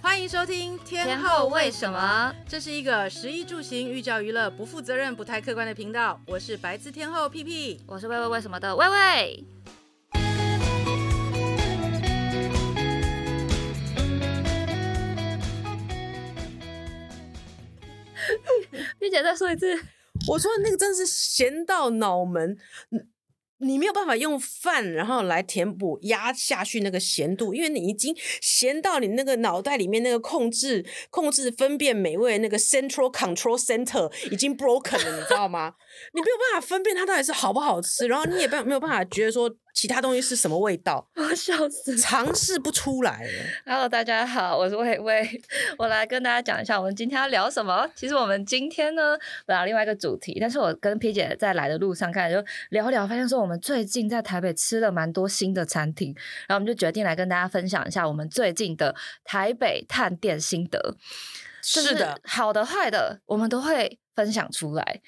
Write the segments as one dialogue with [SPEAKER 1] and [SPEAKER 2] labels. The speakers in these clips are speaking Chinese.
[SPEAKER 1] 欢迎收听《天后为什么》，这是一个食衣住行、寓教于乐、不负责任、不太客观的频道。我是白字天后屁屁。
[SPEAKER 2] 我是喂喂为什么的喂喂。 玉姐再说一次，
[SPEAKER 3] 我说的那个真是咸到脑门，你你没有办法用饭然后来填补压下去那个咸度，因为你已经咸到你那个脑袋里面那个控制控制分辨美味的那个 central control center 已经 broken 了，你知 道吗？你没有办法分辨它到底是好不好吃，然后你也办没有办法觉得说其他东西是什么味道，
[SPEAKER 2] 我笑死
[SPEAKER 3] 尝试不出来了。
[SPEAKER 2] Hello，大家好，我是魏魏，我来跟大家讲一下我们今天要聊什么。其实我们今天呢，本来有另外一个主题，但是我跟 P 姐在来的路上开始就聊一聊，发现说我们最近在台北吃了蛮多新的餐厅，然后我们就决定来跟大家分享一下我们最近的台北探店心得。就是
[SPEAKER 3] 的，
[SPEAKER 2] 好的坏的我们都会分享出来，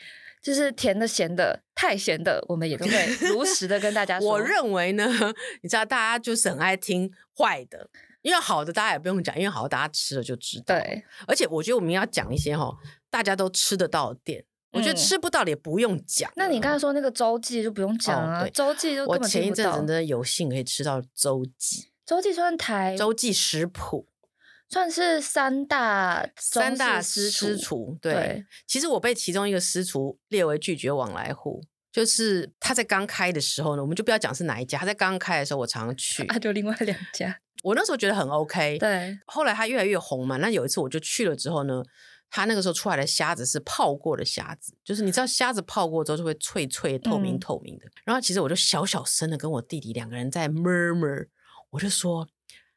[SPEAKER 2] 就是甜的咸的太咸的，我们也都 会如实的跟大家说。
[SPEAKER 3] 我认为呢， 你知道大家就是很爱听坏的，因为好的大家也不用讲，因为好的大家吃了就知道。
[SPEAKER 2] 对，
[SPEAKER 3] 而且我觉得我们要讲一些哈，大家都吃得到的店，我觉
[SPEAKER 2] 嗯
[SPEAKER 3] 得吃不到的也不用讲。
[SPEAKER 2] 那你刚才说那个周记就不用讲
[SPEAKER 3] 哦
[SPEAKER 2] 啊，
[SPEAKER 3] 对
[SPEAKER 2] 周记就
[SPEAKER 3] 我
[SPEAKER 2] 根本
[SPEAKER 3] 前一
[SPEAKER 2] 听不
[SPEAKER 3] 阵子
[SPEAKER 2] 到
[SPEAKER 3] 真。的有幸可以吃到周记，
[SPEAKER 2] 周记算台
[SPEAKER 3] 周记食谱
[SPEAKER 2] 算是三大中
[SPEAKER 3] 三大
[SPEAKER 2] 式
[SPEAKER 3] 师
[SPEAKER 2] 厨，
[SPEAKER 3] 厨。对，
[SPEAKER 2] 对，
[SPEAKER 3] 其实我被其中一个师厨列为拒绝往来户。就是他在刚开的时候呢，我们就不要讲是哪一家。他在刚开的时候，我常常去。
[SPEAKER 2] 啊，就另外两家，
[SPEAKER 3] 我那时候觉得很 OK，
[SPEAKER 2] 对，
[SPEAKER 3] 后来他越来越红嘛，那有一次我就去了之后呢，他那个时候出来的虾子是泡过的虾子，就是你知道虾子泡过之后就会脆脆、透明
[SPEAKER 2] 嗯
[SPEAKER 3] 透明的。然后其实我就小小声的跟我弟弟两个人在 murmur，我就说：“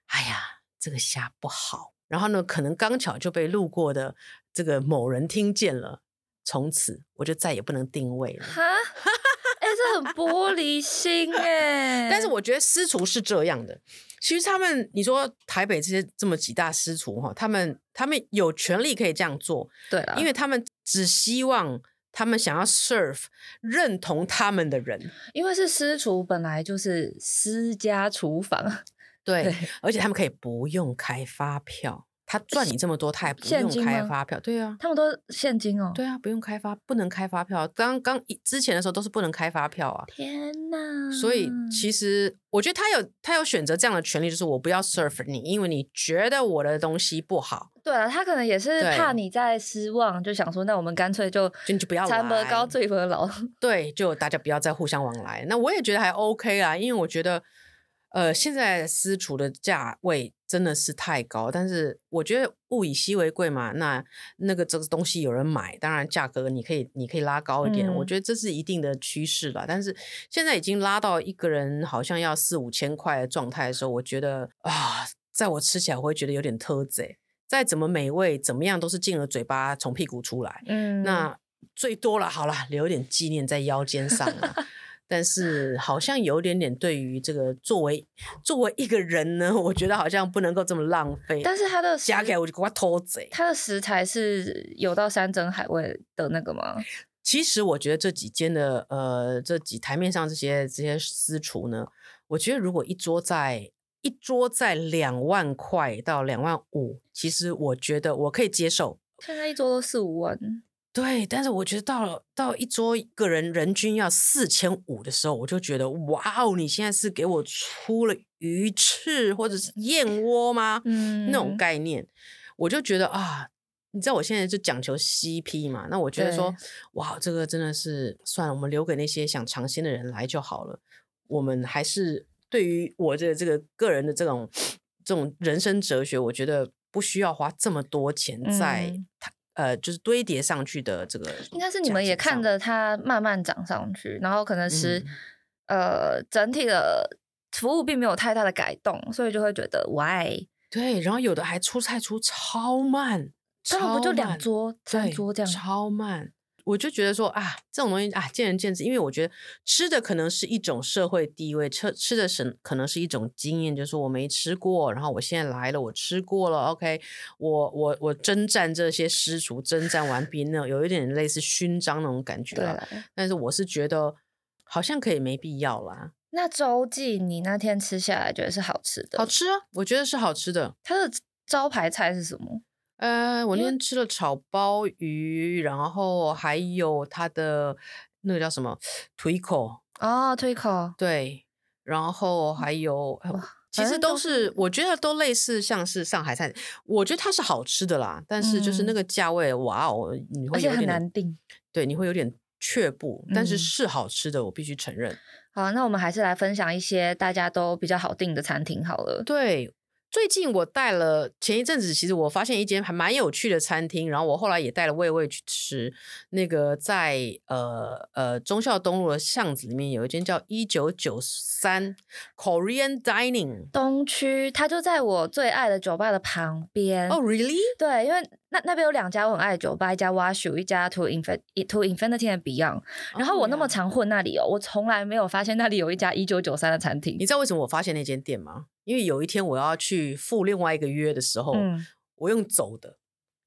[SPEAKER 3] 哎呀，这个虾不好。”然后呢，可能刚巧就被路过的这个某人听见了，从此我就再也不能定位了。
[SPEAKER 2] 哈，哎，这很玻璃 心哎，
[SPEAKER 3] 但是我觉得私厨是这样的，其实他们，你说台北这些这么几大私厨哈，他们他们有权利可以这样做，
[SPEAKER 2] 对了，
[SPEAKER 3] 因
[SPEAKER 2] 因为
[SPEAKER 3] 为他们只希望他们想要 serve 认同他们的人，
[SPEAKER 2] 因为是私厨，本来就是私家厨房，
[SPEAKER 3] 对
[SPEAKER 2] 对
[SPEAKER 3] 而且他们可以不用开发票，他赚你这么多，他也不
[SPEAKER 2] 现
[SPEAKER 3] 用
[SPEAKER 2] 金
[SPEAKER 3] 开
[SPEAKER 2] 吗
[SPEAKER 3] 发票，对啊。
[SPEAKER 2] 他们都现金哦，
[SPEAKER 3] 对啊，不用开发，不能开发票。刚刚一之前的时候都是不能开发票啊，
[SPEAKER 2] 天哪，
[SPEAKER 3] 所以其实我觉得他有他有选择这样的权利，就是我不要 serve 你，因为你觉得我的东西不好，
[SPEAKER 2] 对了，他可能也是
[SPEAKER 3] 对
[SPEAKER 2] 怕你在失望，就想说，那我们干脆就
[SPEAKER 3] 就你就不要
[SPEAKER 2] 三伯
[SPEAKER 3] 来
[SPEAKER 2] 高，醉伯老，
[SPEAKER 3] 对，就大家不要再互相往来。那我也觉得还 OK 啦，因为我觉得，呃，现在私厨的价位真的是太高，但是我觉得物以稀为贵嘛，那那个这个东西有人买，当然价格你可以你可以拉高一点，我
[SPEAKER 2] 嗯
[SPEAKER 3] 觉得这是一定的趋势啦。但是现在已经拉到一个人好像要四五千块的状态的时候，我觉得啊，在我吃起来我会觉得有点特贼。再怎么美味，怎么样都是进了嘴巴，从屁股出来。
[SPEAKER 2] 嗯，
[SPEAKER 3] 那最多了，好啦，留一点纪念在腰间上 啊。但是好像有点点对于这个作为作为一个人呢，我觉得好像不能够这么浪费。
[SPEAKER 2] 但是他的
[SPEAKER 3] 夹
[SPEAKER 2] 食
[SPEAKER 3] 起来我就给我偷贼。
[SPEAKER 2] 它的食材是有到山珍海味的那个吗？
[SPEAKER 3] 其实我觉得这几间的呃这几台面上这些这些私厨呢，我觉得如果一桌在一桌在两万块到两万五，其实我觉得我可以接受。
[SPEAKER 2] 现在一桌都四五万，
[SPEAKER 3] 对，但是我觉得到了到一桌一个人人均要四千五的时候，我就觉得哇哦，你现在是给我出了鱼翅或者是燕窝吗？
[SPEAKER 2] 嗯
[SPEAKER 3] 那种概念，我就觉得啊，你知道我现在就讲求 CP 嘛，那我觉得说
[SPEAKER 2] 对
[SPEAKER 3] 哇，这个真的是算了，我们留给那些想尝鲜的人来就好了。我们还是对于我的这个个人的这种这种人生哲学，我觉得不需要花这么多钱在
[SPEAKER 2] 嗯
[SPEAKER 3] 它、呃，就是堆叠上去的这个。
[SPEAKER 2] 应该是你们也看，着它慢慢涨上去，然后可能是、呃整体的服务并没有太大的改动，所以就会觉得 why？
[SPEAKER 3] 对，然后有的还出菜出超慢，
[SPEAKER 2] 他们不就
[SPEAKER 3] 超
[SPEAKER 2] 两
[SPEAKER 3] 慢
[SPEAKER 2] 桌、三
[SPEAKER 3] 对，
[SPEAKER 2] 桌这样？
[SPEAKER 3] 超慢。我就觉得说啊，这种东西啊，见仁见智。因为我觉得吃的可能是一种社会地位，吃吃的是可能是一种经验，就是我没吃过，然后我现在来了，我吃过了，OK，我我我征战这些师厨，征战完毕，那种有一点类似勋章那种感觉
[SPEAKER 2] 对啊
[SPEAKER 3] 啦。
[SPEAKER 2] 了，
[SPEAKER 3] 但是我是觉得好像可以没必要啦，
[SPEAKER 2] 那周记你那天吃下来觉得是好吃的，
[SPEAKER 3] 好吃啊，我觉得是好吃的。
[SPEAKER 2] 它的招牌菜是什么？
[SPEAKER 3] 呃，我那
[SPEAKER 2] 因为
[SPEAKER 3] 天吃了炒鲍鱼，然后还有它的那个叫什么腿口，
[SPEAKER 2] 哦，推口
[SPEAKER 3] 对，然后还有，呃其
[SPEAKER 2] 嗯反
[SPEAKER 3] 实
[SPEAKER 2] 正
[SPEAKER 3] 都
[SPEAKER 2] 都
[SPEAKER 3] 是我觉得都类似，像是上海菜，我觉得它是好吃的啦，但是就是那
[SPEAKER 2] 嗯
[SPEAKER 3] 个价位，哇哦，你
[SPEAKER 2] 而
[SPEAKER 3] 会
[SPEAKER 2] 且
[SPEAKER 3] 有
[SPEAKER 2] 很
[SPEAKER 3] 点
[SPEAKER 2] 难定。
[SPEAKER 3] 对，你会有点却步，但是
[SPEAKER 2] 嗯
[SPEAKER 3] 是好吃的，我必须承认。
[SPEAKER 2] 好，那我们还是来分享一些大家都比较好订的餐厅好了。
[SPEAKER 3] 对，最近我带了前一阵子，其实我发现一间还蛮有趣的餐厅，然后我后来也带了魏魏去吃。那个在呃呃忠孝东路的巷子里面有一间叫一九九三 Korean Dining。
[SPEAKER 2] 东区，它就在我最爱的酒吧的旁边。
[SPEAKER 3] 哦、r e a l l y
[SPEAKER 2] 对，因为那那边有两家我很爱的酒吧，一家 Washu，一家 To Infin To Infinity and Beyond。然后我那么常混那里哦，嗯我从来没有发现那里有一家一九九三的餐厅
[SPEAKER 3] 你。知道为什么我发现那间店吗？因为有一天我要去赴另外一个约的时候，
[SPEAKER 2] 嗯
[SPEAKER 3] 我用走的，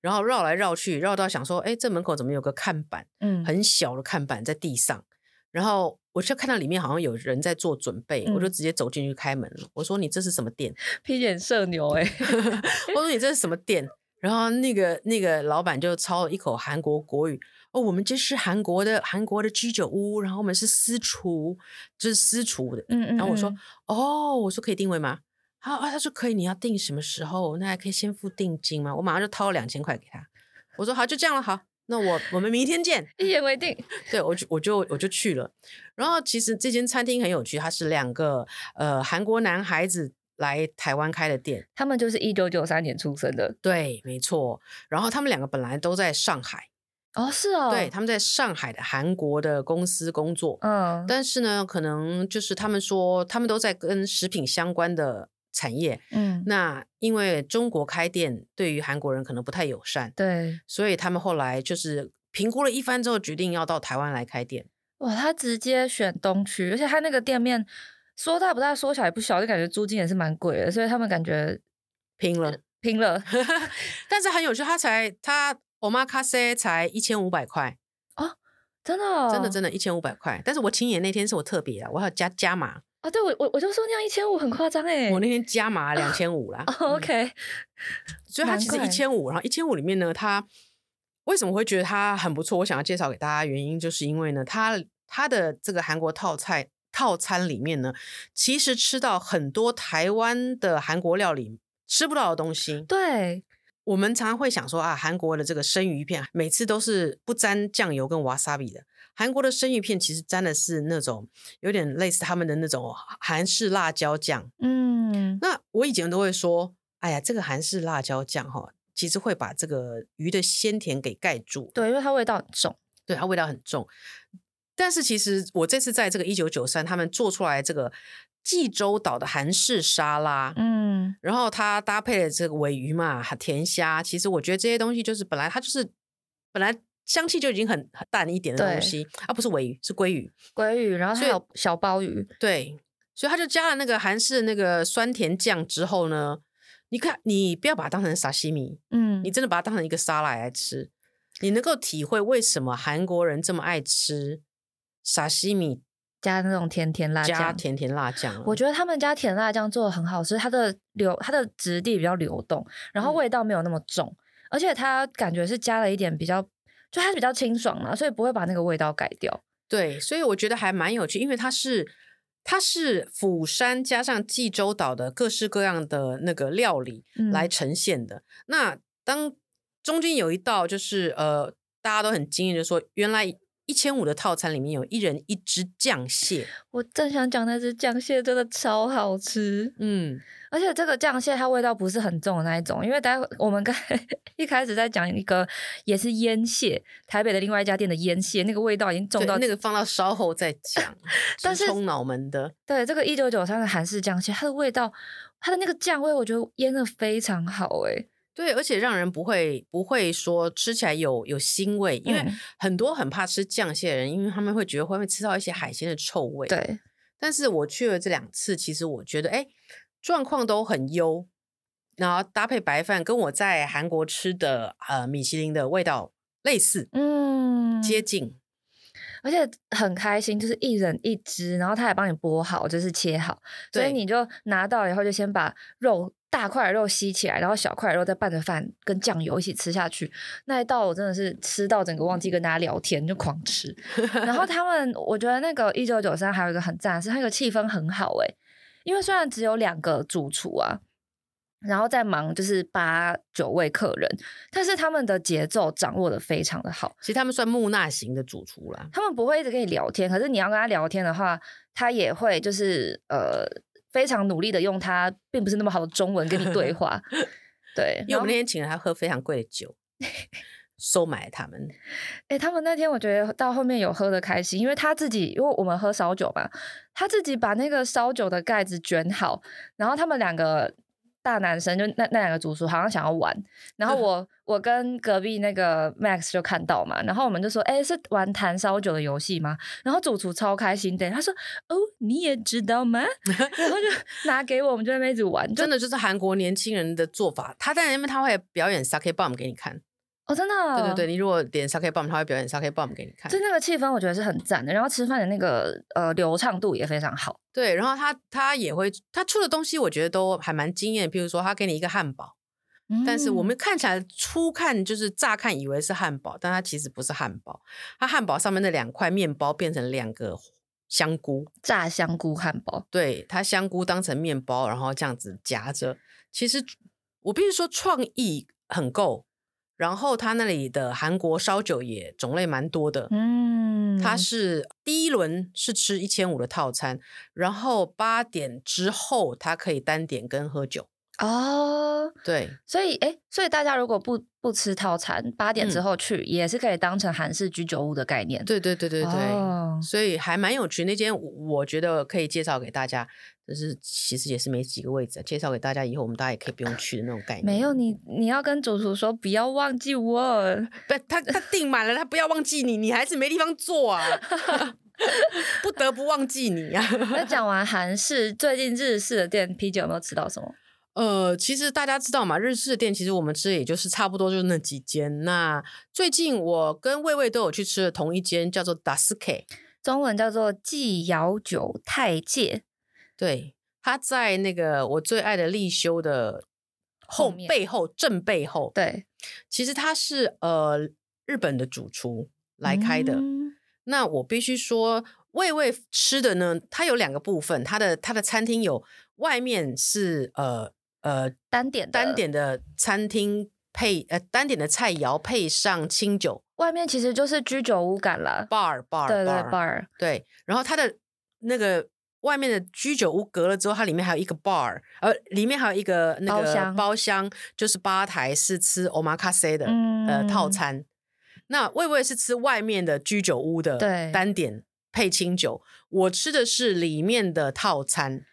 [SPEAKER 3] 然后绕来绕去，绕到想说，哎，这门口怎么有个看板？
[SPEAKER 2] 嗯，
[SPEAKER 3] 很小的看板在地上，然后我就看到里面好像有人在做准备，我就
[SPEAKER 2] 嗯
[SPEAKER 3] 直接走进去开门了。我说你这是什么 店？
[SPEAKER 2] 披眼社牛哎、
[SPEAKER 3] 我说你这是什么店？然后那个那个老板就操了一口韩国国语。哦，我们这是韩国的韩国的居酒屋，然后我们是私厨，就是私厨的。
[SPEAKER 2] 嗯嗯。
[SPEAKER 3] 然后我说
[SPEAKER 2] 嗯，
[SPEAKER 3] 哦，我说可以定位吗？他啊，他说可以，你要定什么时候？那还可以先付定金吗？我马上就掏了两千块给他。我说好，就这样了，好，那我我们明天见。
[SPEAKER 2] 一言为定。
[SPEAKER 3] 对，我就我就我就去了。然后其实这间餐厅很有趣，它是两个呃韩国男孩子来台湾开的店。
[SPEAKER 2] 他们就是一九九三年出生的
[SPEAKER 3] 对，没错。然后他们两个本来都在上海，
[SPEAKER 2] 哦，是哦，
[SPEAKER 3] 对，，他们在上海的韩国的公司工作。
[SPEAKER 2] 嗯
[SPEAKER 3] 但是呢，可能就是他们说他们都在跟食品相关的产业。
[SPEAKER 2] 嗯，
[SPEAKER 3] 那因为中国开店对于韩国人可能不太友善，
[SPEAKER 2] 对，
[SPEAKER 3] 所以他们后来就是评估了一番之后，决定要到台湾来开店。
[SPEAKER 2] 哇，他直接选东区，而且他那个店面说大不大，说小也不小，就感觉租金也是蛮贵的，所以他们感觉
[SPEAKER 3] 拼了，
[SPEAKER 2] 拼 了
[SPEAKER 3] 但是很有趣，他才他 omakase 才一千五百块，
[SPEAKER 2] 真的、哦，
[SPEAKER 3] 真的真
[SPEAKER 2] 的
[SPEAKER 3] 的，一千五百块。但是我亲眼那天是我特别啊，我还有加加码，
[SPEAKER 2] 啊、对我我我就说那样一千五很夸张哎，
[SPEAKER 3] 我那天加码两千五 啦。嗯
[SPEAKER 2] 哦 OK，
[SPEAKER 3] 所以它其实一
[SPEAKER 2] 难怪
[SPEAKER 3] 千五，然后一千五里面呢，它为什么会觉得它很不错？我想要介绍给大家，原因就是因为呢，它它的这个韩国套菜套餐里面呢，其实吃到很多台湾的韩国料理吃不到的东西。
[SPEAKER 2] 对，
[SPEAKER 3] 我们常常会想说啊，韩国的这个生鱼片啊每次都是不沾酱油跟 wasabi 的。韩国的生鱼片其实沾的是那种有点类似他们的那种韩式辣椒酱。
[SPEAKER 2] 嗯，
[SPEAKER 3] 那我以前都会说，哎呀，这个韩式辣椒酱哈、其实会把这个鱼的鲜甜给盖住，
[SPEAKER 2] 对，因为它味道很重，
[SPEAKER 3] 对它味道很重。但是其实我这次在这个一九九三，他们做出来这个济州岛的韩式沙拉，
[SPEAKER 2] 嗯，
[SPEAKER 3] 然后它搭配了这个尾鱼嘛、甜虾，其实我觉得这些东西就是本来它就是本来香气就已经很很淡一点的东
[SPEAKER 2] 对
[SPEAKER 3] 西，啊，不是尾鱼，是鲑鱼，
[SPEAKER 2] 鲑鱼，然后还
[SPEAKER 3] 所以
[SPEAKER 2] 有小鲍鱼，
[SPEAKER 3] 对，所以它就加了那个韩式的那个酸甜酱之后呢，你看你不要把它当成沙西米，
[SPEAKER 2] 嗯
[SPEAKER 3] 你，真的把它当成一个沙拉来吃，你能够体会为什么韩国人这么爱吃沙西米
[SPEAKER 2] 加那种甜甜辣
[SPEAKER 3] 加
[SPEAKER 2] 酱，
[SPEAKER 3] 甜甜辣酱了。
[SPEAKER 2] 我觉得他们家甜辣酱做的很好吃，它的流它的质地比较流动，然后
[SPEAKER 3] 嗯
[SPEAKER 2] 味道没有那么重，而且它感觉是加了一点比较，就它是比较清爽嘛，所以不会把那个味道改掉。
[SPEAKER 3] 对，所以我觉得还蛮有趣，因为它是它是釜山加上济州岛的各式各样的那个料理
[SPEAKER 2] 嗯
[SPEAKER 3] 来呈现的。那当中间有一道就是呃，大家都很惊艳，就说原来一千五的套餐里面有一人一只酱蟹，
[SPEAKER 2] 我正想讲那只酱蟹真的超好吃，
[SPEAKER 3] 嗯，
[SPEAKER 2] 而且这个酱蟹它味道不是很重的那一种，因为待会我们刚才 一开始在讲一个也是腌蟹，台北的另外一家店的腌蟹，那个味道已经重
[SPEAKER 3] 对
[SPEAKER 2] 到
[SPEAKER 3] 那个放到稍后再讲，
[SPEAKER 2] 但
[SPEAKER 3] 直
[SPEAKER 2] 是
[SPEAKER 3] 冲脑门的，
[SPEAKER 2] 对，这个一九九三的韩式酱蟹，它的味道，它的那个酱味，我觉得腌的非常好、欸，
[SPEAKER 3] 对，而且让人不会不会说吃起来有有腥味，因为
[SPEAKER 2] 嗯
[SPEAKER 3] 很多很怕吃酱蟹的人，因为他们会觉得会不会吃到一些海鲜的臭味，
[SPEAKER 2] 对，
[SPEAKER 3] 但是我去了这两次，其实我觉得哎，状况都很优，然后搭配白饭，跟我在韩国吃的呃米其林的味道类似，
[SPEAKER 2] 嗯，
[SPEAKER 3] 接近。
[SPEAKER 2] 而且很开心，就是一人一只，然后他也帮你剥好，就是切好，所以
[SPEAKER 3] 对
[SPEAKER 2] 你就拿到以后就先把肉。大块肉吸起来，然后小块肉再拌着饭跟酱油一起吃下去。那一道我真的是吃到整个忘记跟大家聊天，就狂吃。然后他们，我觉得那个一九九三还有一个很赞的是，它那个气氛很好诶、因为虽然只有两个主厨啊，然后在忙就是八九位客人，但是他们的节奏掌握的非常的好。
[SPEAKER 3] 其实他们算木讷型的主厨啦，
[SPEAKER 2] 他们不会一直跟你聊天，可是你要跟他聊天的话，他也会就是呃非常努力的用他并不是那么好的中文跟你对 话。对，
[SPEAKER 3] 因为我们那
[SPEAKER 2] 哎、
[SPEAKER 3] 天请了他喝非常贵的 酒，收买了他们。
[SPEAKER 2] 诶他们那天我觉得到后面有喝的开心，因为他自己，因为我们喝烧酒嘛，他自己把那个烧酒的盖子卷好，然后他们两个大男生就那那两个主厨好像想要玩，
[SPEAKER 3] 嗯
[SPEAKER 2] 然后我我跟隔壁那个 Max 就看到嘛，然后我们就说，哎、是玩弹烧酒的游戏吗？然后主厨超开心的，他说，哦，你也知道吗？ 然后 就拿给我，我们就在那边一直玩，就
[SPEAKER 3] 真的就是韩国年轻人的做法。他在那边他会表演 sake bomb 给你看，
[SPEAKER 2] 哦，真的，
[SPEAKER 3] 对对对，你如果点 sake bomb，他会表演 sake bomb 给你看
[SPEAKER 2] 就。那个气氛我觉得是很赞的，然后吃饭的那个呃流畅度也非常好。
[SPEAKER 3] 对，然后他他也会他出的东西，我觉得都还蛮惊艳。譬如说，他给你一个汉堡，但是我
[SPEAKER 2] 嗯
[SPEAKER 3] 们看起来初看就是乍看以为是汉堡，但它其实不是汉堡，它汉堡上面那两块面包变成两个香菇，
[SPEAKER 2] 炸香菇汉堡，
[SPEAKER 3] 对，它香菇当成面包，然后这样子夹着。其实我必须说创意很够，然后它那里的韩国烧酒也种类蛮多的。
[SPEAKER 2] 嗯，
[SPEAKER 3] 它是第一轮是吃一千五的套餐，然后八点之后它可以单点跟喝酒。
[SPEAKER 2] 哦，
[SPEAKER 3] 对，
[SPEAKER 2] 所以哎，诶所以大家如果不不吃套餐，八点之
[SPEAKER 3] 嗯
[SPEAKER 2] 后去、也是可以当成韩式居酒屋的概念。
[SPEAKER 3] 对对对对对。
[SPEAKER 2] 哦
[SPEAKER 3] 所以还蛮有趣。那间我我觉得可以介绍给大家，就是其实也是没几个位置，啊介绍给大家以后，我们大家也可以不用去的那种概念。
[SPEAKER 2] 没有，你，你要跟主厨说不要忘记我。
[SPEAKER 3] 不，他他订满了，他不要忘记你，你还是没地方坐 啊，不得不忘记你啊。
[SPEAKER 2] 那讲完韩式，最近日式的店啤酒有没有吃到什么？
[SPEAKER 3] 呃，其实大家知道嘛，日式的店其实我们吃的也就是差不多就是那几间。那最近我跟魏魏都有去吃的同一间叫做 d a s k
[SPEAKER 2] 中文叫做纪尧酒太介，
[SPEAKER 3] 对，他在那个我最爱的立修的
[SPEAKER 2] 后
[SPEAKER 3] 后
[SPEAKER 2] 面
[SPEAKER 3] 背后正背后，
[SPEAKER 2] 对，
[SPEAKER 3] 其实他是呃日本的主厨来开的。
[SPEAKER 2] 嗯
[SPEAKER 3] 那我必须说，味味吃的呢，它有两个部分，它的它的餐厅有外面是呃呃
[SPEAKER 2] 单点的
[SPEAKER 3] 单，点的餐厅配呃单点的菜肴配上清酒
[SPEAKER 2] 外面其实就是居酒屋感啦。
[SPEAKER 3] bar bar
[SPEAKER 2] 对对
[SPEAKER 3] bar
[SPEAKER 2] ，bar，
[SPEAKER 3] 对，然后它的那个。外面的居酒屋隔了之后，它里面还有一个 bar，呃，里面还有一个那
[SPEAKER 2] 包
[SPEAKER 3] 个
[SPEAKER 2] 厢
[SPEAKER 3] 厢就是吧台是吃 omakase 的、
[SPEAKER 2] 嗯
[SPEAKER 3] 呃套餐。那魏魏是吃外面的居酒屋的
[SPEAKER 2] 对
[SPEAKER 3] 单点配清酒，我吃的是里面的套餐。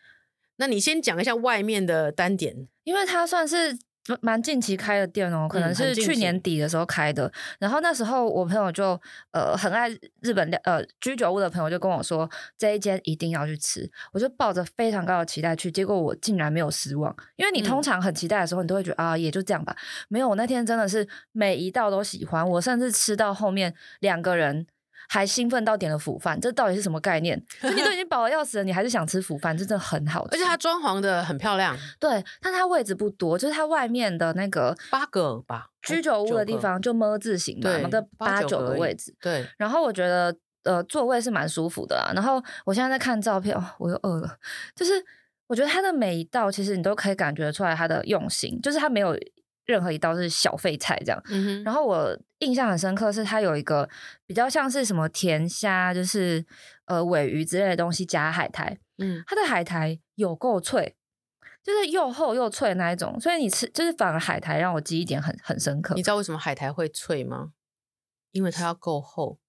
[SPEAKER 3] 那你先讲一下外面的单点，
[SPEAKER 2] 因为它算是蛮近期开的店哦，可
[SPEAKER 3] 嗯
[SPEAKER 2] 能
[SPEAKER 3] 很
[SPEAKER 2] 是
[SPEAKER 3] 近
[SPEAKER 2] 去
[SPEAKER 3] 期
[SPEAKER 2] 年底的时候开的。然后那时候我朋友就呃很爱日本料呃居酒屋的朋友就跟我说这一间一定要去吃，我就抱着非常高的期待去，结果我竟然没有失望。因为你通
[SPEAKER 3] 嗯
[SPEAKER 2] 常很期待的时候，你都会觉得啊也就这样吧。没有，我那天真的是每一道都喜欢，我甚至吃到后面两个人。还兴奋到点了腐饭，这到底是什么概念？就你都已经饱得要死了，你还是想吃腐饭，这真的很好吃。
[SPEAKER 3] 而且它装潢的很漂亮，
[SPEAKER 2] 对，但它位置不多，就是它外面的那个
[SPEAKER 3] 八个吧，还
[SPEAKER 2] 居酒屋的
[SPEAKER 3] 九
[SPEAKER 2] 地
[SPEAKER 3] 个，
[SPEAKER 2] 方就么字形嘛，
[SPEAKER 3] 对
[SPEAKER 2] 的
[SPEAKER 3] 八
[SPEAKER 2] 八
[SPEAKER 3] 九
[SPEAKER 2] 九
[SPEAKER 3] 个
[SPEAKER 2] 个
[SPEAKER 3] 而已
[SPEAKER 2] 位置。
[SPEAKER 3] 对，
[SPEAKER 2] 然后我觉得呃座位是蛮舒服的啦。然后我现在在看照片，哦，我又饿了。就是我觉得它的每一道，其实你都可以感觉出来它的用心，就是它没有任何一道是小废菜这样。
[SPEAKER 3] 嗯哼，
[SPEAKER 2] 然后我印象很深刻是它有一个比较像是什么甜虾，就是呃尾鱼之类的东西加海苔，
[SPEAKER 3] 嗯，
[SPEAKER 2] 它的海苔有够脆，就是又厚又脆那一种，所以你吃就是反而海苔让我记忆点很很深刻
[SPEAKER 3] 你。知道为什么海苔会脆吗？因为它要够厚。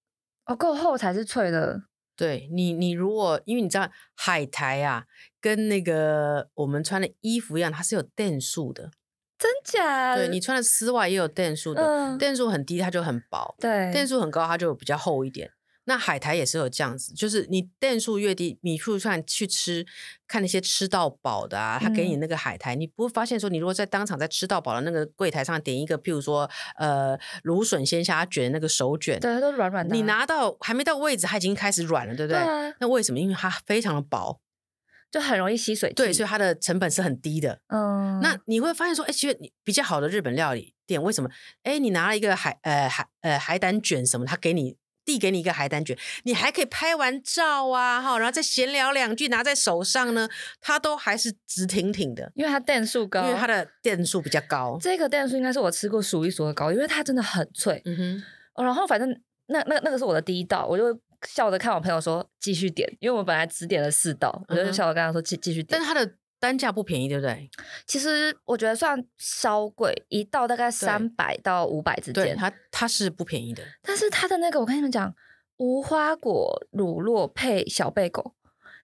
[SPEAKER 2] 哦，够厚才是脆的，
[SPEAKER 3] 对你，你如果因为你知道海苔啊，跟那个我们穿的衣服一样，它是有电数的。
[SPEAKER 2] 真假？
[SPEAKER 3] 对你穿的丝袜也有电数的，
[SPEAKER 2] 嗯，
[SPEAKER 3] 电数很低它就很薄，
[SPEAKER 2] 对，
[SPEAKER 3] 电数很高它就比较厚一点。那海苔也是有这样子，就是你电数越低，你去算去吃看那些吃到饱的啊，他给你
[SPEAKER 2] 嗯
[SPEAKER 3] 那个海苔，你不会发现说，你如果在当场在吃到饱的那个柜台上点一个，譬如说呃芦笋鲜虾卷那个手卷，
[SPEAKER 2] 对，它都是软软的啊。
[SPEAKER 3] 你拿到还没到位置，它已经开始软了，对不
[SPEAKER 2] 对啊
[SPEAKER 3] 那为什么？因为它非常的薄，
[SPEAKER 2] 就很容易吸水气。
[SPEAKER 3] 对，所以它的成本是很低的。
[SPEAKER 2] 嗯，
[SPEAKER 3] 那你会发现说，哎、其实你比较好的日本料理店，为什么？哎，你拿了一个海呃海呃海胆卷什么，他给你递给你一个海胆卷，你还可以拍完照啊，哈，然后再闲聊两句，拿在手上呢，它都还是直挺挺的，
[SPEAKER 2] 因为它蛋数
[SPEAKER 3] 因
[SPEAKER 2] 高，
[SPEAKER 3] 为它的电数比较高。
[SPEAKER 2] 这个蛋数应该是我吃过数一数二高，因为它真的很脆。
[SPEAKER 3] 嗯哼，
[SPEAKER 2] 哦，然后反正那那那个是我的第一道，我就笑着看我朋友说继续点，因为我本来只点了四道，我
[SPEAKER 3] 嗯
[SPEAKER 2] 就
[SPEAKER 3] 哼
[SPEAKER 2] 笑着跟他说继继续点
[SPEAKER 3] 但。是它的单价不便宜，对不对？
[SPEAKER 2] 其实我觉得算稍贵，一道大概三百到五百之
[SPEAKER 3] 对，
[SPEAKER 2] 间。
[SPEAKER 3] 它它是不便宜的。
[SPEAKER 2] 但是它的那个，我跟你们讲，无花果乳酪配小贝狗，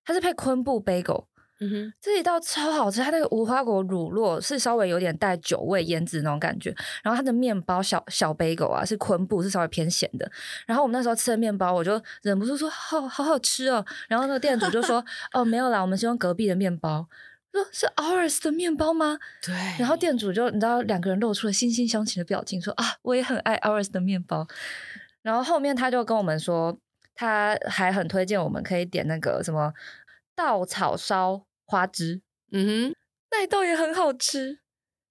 [SPEAKER 2] 它是配昆布贝狗，
[SPEAKER 3] 嗯哼，
[SPEAKER 2] 这一道超好吃。它那个无花果乳酪是稍微有点带酒味腌制那种感觉，然后它的面包小小贝狗啊是昆布，是稍微偏咸的。然后我们那时候吃的面包，我就忍不住说好好好吃哦。然后那个店主 就说哦没有啦，我们是用隔壁的面包。我说是 ours 的面包吗？
[SPEAKER 3] 对。
[SPEAKER 2] 然后店主就你知道，两个人露出了惺惺相惜的表情，说啊，我也很爱 ours 的面包。然后后面他就跟我们说，他还很推荐我们可以点那个什么稻草烧花枝，
[SPEAKER 3] 嗯哼，
[SPEAKER 2] 那一道也很好吃。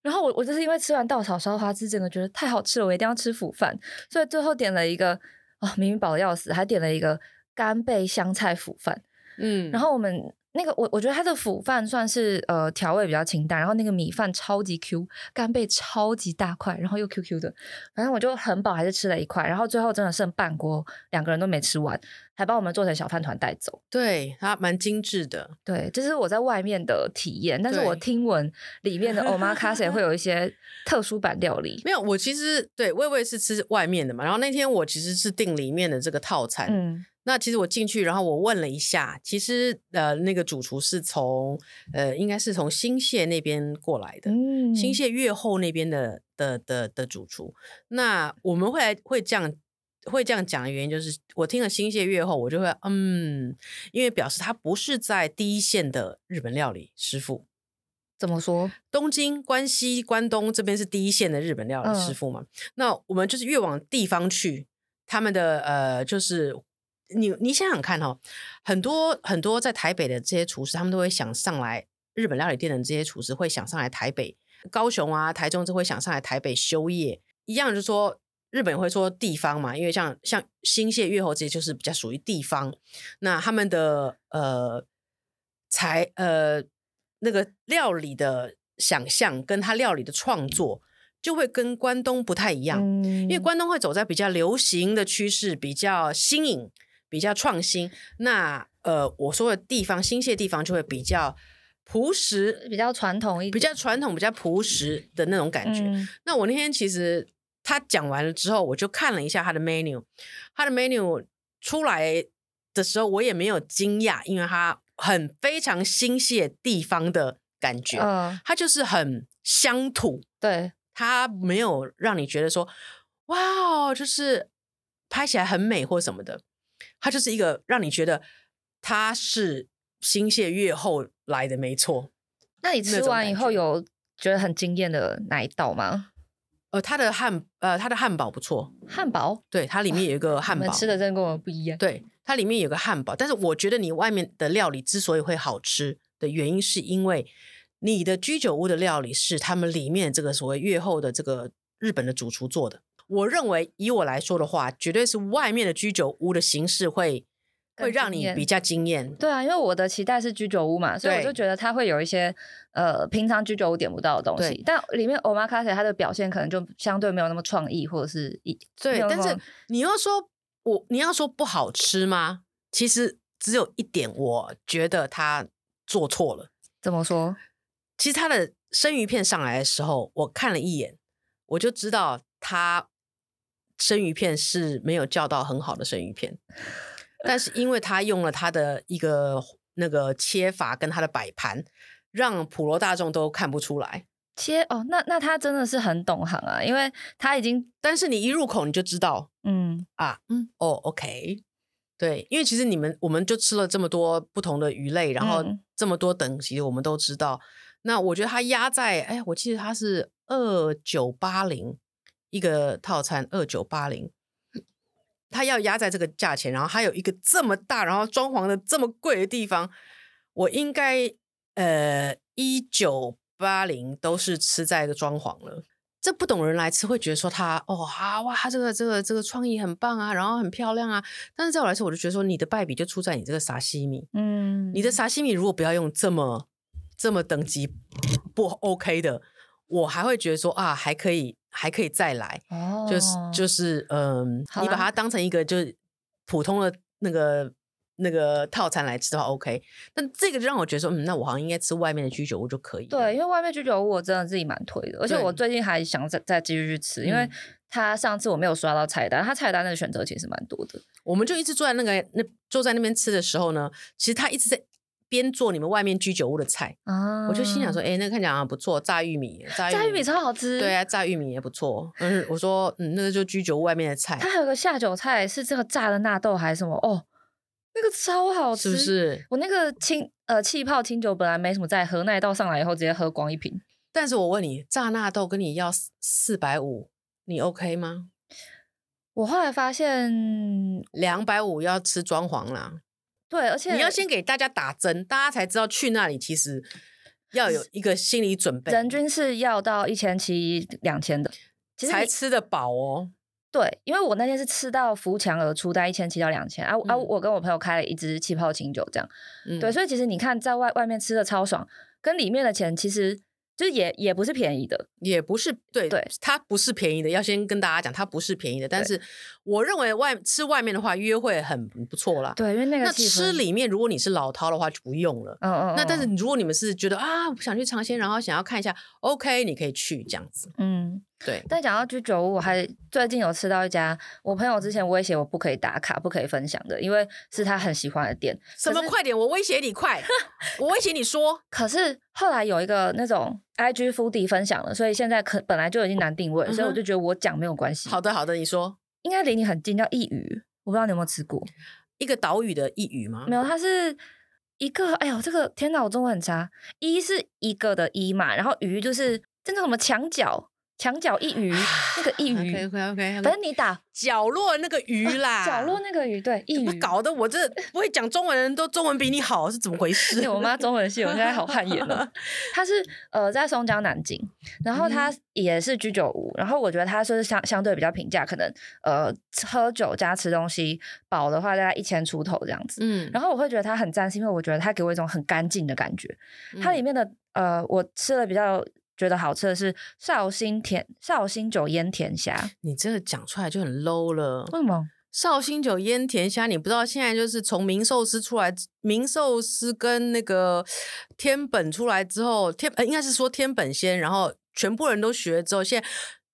[SPEAKER 2] 然后我我就是因为吃完稻草烧花枝，整个觉得太好吃了，我一定要吃腐饭，所以最后点了一个哦，明明饱的要死，还点了一个干贝香菜腐饭。
[SPEAKER 3] 嗯
[SPEAKER 2] 然
[SPEAKER 3] 后
[SPEAKER 2] 后我们那个我我觉得它的腐饭算是呃调味比较清淡，然后那个米饭超级 Q，干贝超级大块，然后又 Q Q 的，反正我就很饱，还是吃了一块，然后最后真的剩半锅，两个人都没吃完，还帮我们做成小饭团带走。
[SPEAKER 3] 对它蛮精致的，
[SPEAKER 2] 对，这是我在外面的体验，但是我
[SPEAKER 3] 对
[SPEAKER 2] 听闻里面的 omakase 会有 一些特殊版料理。
[SPEAKER 3] 没有，我其实对魏魏是吃外面的嘛，然后那天我其实是订里面的这个套餐，
[SPEAKER 2] 嗯，
[SPEAKER 3] 那其实我进去，然后我问了一下，其实呃，那个主厨是从呃，应该是从新泻那边过来的，
[SPEAKER 2] 嗯
[SPEAKER 3] 新泻越后那边的的的的主厨。那我们会来会这样会这样讲的原因，就是我听了新泻越后，我就会嗯，因为表示他不是在第一线的日本料理师傅，
[SPEAKER 2] 怎么说？
[SPEAKER 3] 东京、关西、关东这边是第一线的日本料理师傅嘛。那我们就是越往地方去，他们的呃，就是你你想想看哦，很多很多在台北的这些厨师，他们都会想上来日本料理店的这些厨师会想上来台北、高雄啊、台中，就会想上来台北休业。一样就是说，日本会说地方嘛，因为像像新泻、越后这些就是比较属于地方。那他们的呃才呃那个料理的想象跟他料理的创作，就会跟关东不太一样，
[SPEAKER 2] 嗯，因
[SPEAKER 3] 因为关东会走在比较流行的趋势，比较新颖，比较创新。那呃，我说的地方新泻地方就会比较朴实，
[SPEAKER 2] 比较传统一点，
[SPEAKER 3] 比较传统，比较朴实的那种感觉。
[SPEAKER 2] 嗯
[SPEAKER 3] 那我那天其实他讲完了之后，我就看了一下他的 menu，他的 menu 出来的时候，我也没有惊讶，因为他很非常新泻地方的感觉，
[SPEAKER 2] 嗯，
[SPEAKER 3] 他就是很乡土，
[SPEAKER 2] 对，
[SPEAKER 3] 他没有让你觉得说哇哦，就是拍起来很美或什么的，他就是一个让你觉得他是新泻越后来的，没错。
[SPEAKER 2] 那你
[SPEAKER 3] 那
[SPEAKER 2] 吃
[SPEAKER 3] 种
[SPEAKER 2] 完
[SPEAKER 3] 感
[SPEAKER 2] 以后
[SPEAKER 3] 觉
[SPEAKER 2] 有觉得很惊艳的哪一道吗？
[SPEAKER 3] 呃，他的汉呃，他的汉堡不错，
[SPEAKER 2] 汉堡，
[SPEAKER 3] 对，它里面有一个汉
[SPEAKER 2] 你
[SPEAKER 3] 堡，
[SPEAKER 2] 们吃的真的跟我们不一样。
[SPEAKER 3] 对，它里面有个汉堡，但是我觉得你外面的料理之所以会好吃的原因，是因为你的居酒屋的料理是他们里面这个所谓越后的这个日本的主厨做的。我认为，以我来说的话，绝对是外面的居酒屋的形式会会
[SPEAKER 2] 更
[SPEAKER 3] 让
[SPEAKER 2] 惊
[SPEAKER 3] 你
[SPEAKER 2] 艳
[SPEAKER 3] 比较惊艳。
[SPEAKER 2] 对啊，因为我的期待是居酒屋嘛，所以我
[SPEAKER 3] 对
[SPEAKER 2] 就觉得它会有一些呃平常居酒屋点不到的东西
[SPEAKER 3] 对，
[SPEAKER 2] 但里面 omakase 它的表现可能就相对没有那么创意，或者是一没
[SPEAKER 3] 对
[SPEAKER 2] 有，那
[SPEAKER 3] 但是
[SPEAKER 2] 么
[SPEAKER 3] 你要说我，你要说不好吃吗？其实只有一点，我觉得他做错了。
[SPEAKER 2] 怎么说？
[SPEAKER 3] 其实它的生鱼片上来的时候，我看了一眼，我就知道它生鱼片是没有叫到很好的生鱼片，但是因为它用了它的一个那个切法跟它的摆盘，让普罗大众都看不出来。
[SPEAKER 2] 切哦，那那他真的是很懂行啊，因为他已经
[SPEAKER 3] 但是你一入口你就知道
[SPEAKER 2] 嗯
[SPEAKER 3] 啊，嗯，哦，OK，对，因为其实你们我们就吃了这么多不同的鱼类，然后
[SPEAKER 2] 嗯
[SPEAKER 3] 这么多等级，我们都知道。那我觉得它压在，哎，我记得它是二九八零一个套餐，二九八零，它要压在这个价钱，然后还有一个这么大，然后装潢的这么贵的地方，我应该呃一九八零都是吃在一个装潢了。这不懂人来吃会觉得说他哦啊哇，他这个这个这个创意很棒啊，然后很漂亮啊。但是在我来说，我就觉得说你的败笔就出在你这个沙西米，
[SPEAKER 2] 嗯，
[SPEAKER 3] 你的沙西米如果不要用这么这么等级不 OK 的，我还会觉得说啊还可以还可以再来。
[SPEAKER 2] 哦，
[SPEAKER 3] 就是就是嗯，
[SPEAKER 2] 好
[SPEAKER 3] 你把
[SPEAKER 2] 啦
[SPEAKER 3] 它当成一个就是普通的那个那个套餐来吃的话，OK。但这个就让我觉得说，嗯，那我好像应该吃外面的居酒屋就可以了。
[SPEAKER 2] 对，因为外面居酒屋我真的自己蛮推的，而且
[SPEAKER 3] 对
[SPEAKER 2] 我最近还想再再继续去吃，因为
[SPEAKER 3] 嗯
[SPEAKER 2] 他上次我没有刷到菜单，他菜单的选择其实蛮多的。
[SPEAKER 3] 我们就一直坐在那个那坐在那边吃的时候呢，其实他一直在边做你们外面居酒屋的菜，
[SPEAKER 2] 啊
[SPEAKER 3] 我就心想说，，哎、那个看起来好像不错，炸玉米，炸
[SPEAKER 2] 炸玉米超好吃，
[SPEAKER 3] 对啊，炸玉米也不错。嗯，我说，嗯，那个就居酒屋外面的菜
[SPEAKER 2] 它，还有个下酒菜是这个炸的纳豆还是什么？哦，那个超好
[SPEAKER 3] 是不？
[SPEAKER 2] 吃，
[SPEAKER 3] 是？
[SPEAKER 2] 我那个清呃气泡清酒本来没什么在喝，那一道上来以后直接喝光一瓶。
[SPEAKER 3] 但是我问你，炸纳豆跟你要四百五，你 OK 吗？
[SPEAKER 2] 我后来发现，
[SPEAKER 3] 两百五要吃装潢啦，
[SPEAKER 2] 对，而且
[SPEAKER 3] 你要先给大家打针，大家才知道去那里其实要有一个心理准备，
[SPEAKER 2] 人均是要到一千七两千的，其实
[SPEAKER 3] 才
[SPEAKER 2] 你
[SPEAKER 3] 吃得饱哦。
[SPEAKER 2] 对，因为我那天是吃到扶墙而出，大概一千七到两千啊啊！
[SPEAKER 3] 嗯
[SPEAKER 2] 我跟我朋友开了一支气泡清酒，这样、
[SPEAKER 3] 嗯
[SPEAKER 2] 对，所以其实你看在外外面吃的超爽，跟里面的钱其实就是也也不是便宜的，
[SPEAKER 3] 也不是对
[SPEAKER 2] 对
[SPEAKER 3] 它不是便宜的，要先跟大家讲，它不是便宜的。但是我认为外吃外面的话，约会很不错啦。
[SPEAKER 2] 对，因为那个
[SPEAKER 3] 那
[SPEAKER 2] 气氛
[SPEAKER 3] 吃，里面，如果你是老饕的话，就不用了。
[SPEAKER 2] 嗯嗯，
[SPEAKER 3] 那但
[SPEAKER 2] 嗯
[SPEAKER 3] 是如果你们是觉得啊，我想去尝鲜，然后想要看一下，OK，你可以去这样子。
[SPEAKER 2] 嗯，
[SPEAKER 3] 对，
[SPEAKER 2] 但讲到居酒屋，我还最近有吃到一家，我朋友之前威胁我不可以打卡、不可以分享的，因为是他很喜欢的店，
[SPEAKER 3] 什么快点，我威胁你 快，我威胁你说，
[SPEAKER 2] 可是后来有一个那种 IG 腹地分享了，所以现在可本来就已经难定位，所
[SPEAKER 3] 嗯
[SPEAKER 2] 以我
[SPEAKER 3] 哼
[SPEAKER 2] 就觉得我讲没有关系。
[SPEAKER 3] 好的好的，你说
[SPEAKER 2] 应该离你很近，叫一鱼，我不知道你有没有吃过？
[SPEAKER 3] 一个岛屿的一语吗？
[SPEAKER 2] 没有，它是一个，哎呦，这个天哪，我中文很差。一是一个的一嘛，然后鱼就是真的什么墙角，墙角一鱼，那个一
[SPEAKER 3] OK
[SPEAKER 2] 鱼，
[SPEAKER 3] OK OK，
[SPEAKER 2] 反正你打
[SPEAKER 3] 啊角落那个鱼啦，
[SPEAKER 2] 角落那个鱼，对，一
[SPEAKER 3] 不
[SPEAKER 2] 鱼。
[SPEAKER 3] 啊搞得我这 不会讲中文的人都中文比你好，是怎么回事
[SPEAKER 2] 对？哎我妈中文系，我现在好汗 颜 了。它是呃在松江南京，然后它也是居酒屋，然后我觉得它就是相相对比较平价，可能呃喝酒加吃东西饱的话大概一千出头这样子。
[SPEAKER 3] 嗯
[SPEAKER 2] 然后我会觉得它很赞，是因为我觉得它给我一种很干净的感觉。它
[SPEAKER 3] 嗯
[SPEAKER 2] 里面的呃，我吃了比较觉得好吃的是绍兴甜绍兴酒腌甜虾，
[SPEAKER 3] 你这个讲出来就很 low 了。
[SPEAKER 2] 为什么？
[SPEAKER 3] 绍兴酒腌甜虾，你不知道现在就是从明寿司出来，明寿司跟那个天本出来之后，天呃应该是说天本先，然后全部人都学了之后，现在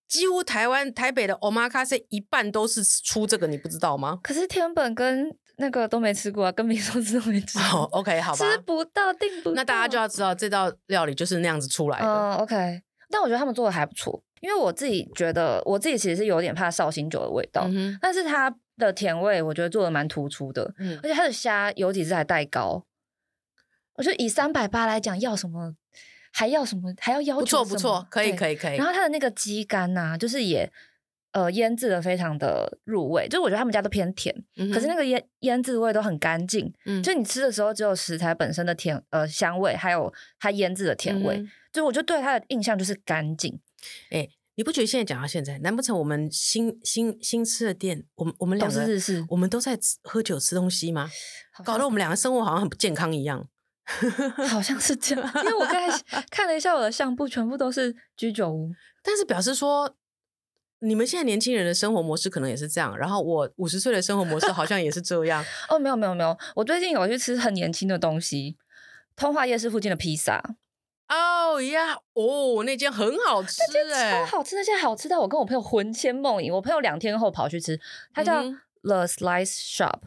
[SPEAKER 3] 几乎台湾台北的 omakase 一半都是出这个，你不知道 吗？
[SPEAKER 2] 可是天本跟那个都没吃过啊，跟明寿司都没吃
[SPEAKER 3] 哦
[SPEAKER 2] 过，
[SPEAKER 3] ，OK，好吧，
[SPEAKER 2] 吃不到订不到。
[SPEAKER 3] 那大家就要知道这道料理就是那样子出来的。
[SPEAKER 2] 嗯、o k 但我觉得他们做的还不错，因为我自己觉得我自己其实是有点怕绍兴酒的味道，
[SPEAKER 3] 嗯
[SPEAKER 2] 但是它的甜味我觉得做的蛮突出的，
[SPEAKER 3] 哼，
[SPEAKER 2] 而且它的虾有几只还带膏。我觉得以三百八来讲，要什么还要什么还要要
[SPEAKER 3] 不
[SPEAKER 2] 求
[SPEAKER 3] 错
[SPEAKER 2] 什
[SPEAKER 3] 不
[SPEAKER 2] 么
[SPEAKER 3] 错，可以
[SPEAKER 2] 对
[SPEAKER 3] 可以可以
[SPEAKER 2] 然。后它的那个鸡肝呐、就是也呃腌制的非常的入味，就是我觉得他们家都偏甜，可是那
[SPEAKER 3] 个，
[SPEAKER 2] 个腌腌制味都很干净，
[SPEAKER 3] 嗯
[SPEAKER 2] 就你吃的时候只有食材本身的甜呃香味，还有它腌制的甜味，
[SPEAKER 3] 嗯
[SPEAKER 2] 就我就对它的印象就是干净，
[SPEAKER 3] 你不觉得现在讲到现在，难不成我们新新新吃的店，我们我们
[SPEAKER 2] 都
[SPEAKER 3] 两
[SPEAKER 2] 是
[SPEAKER 3] 个，
[SPEAKER 2] 日式，
[SPEAKER 3] 我们都在吃喝酒吃东西吗？
[SPEAKER 2] 好
[SPEAKER 3] 搞
[SPEAKER 2] 像
[SPEAKER 3] 得我们两个生活好像很不健康一样。
[SPEAKER 2] 好像是这样，因为我刚才 看了一下我的相簿，全部都是居酒屋，
[SPEAKER 3] 但是表示说，你们现在年轻人的生活模式可能也是这样，然后我五十岁的生活模式好像也是这样。
[SPEAKER 2] 哦，没有没有没有，我最近有去吃很年轻的东西，通化夜市附近的披萨，
[SPEAKER 3] 哦呀，哦，那间很好吃哎、
[SPEAKER 2] 超好吃，那些好吃到我跟我朋友魂牵梦萦。我朋友两天后跑去吃，它叫
[SPEAKER 3] 嗯哼
[SPEAKER 2] The Slice Shop，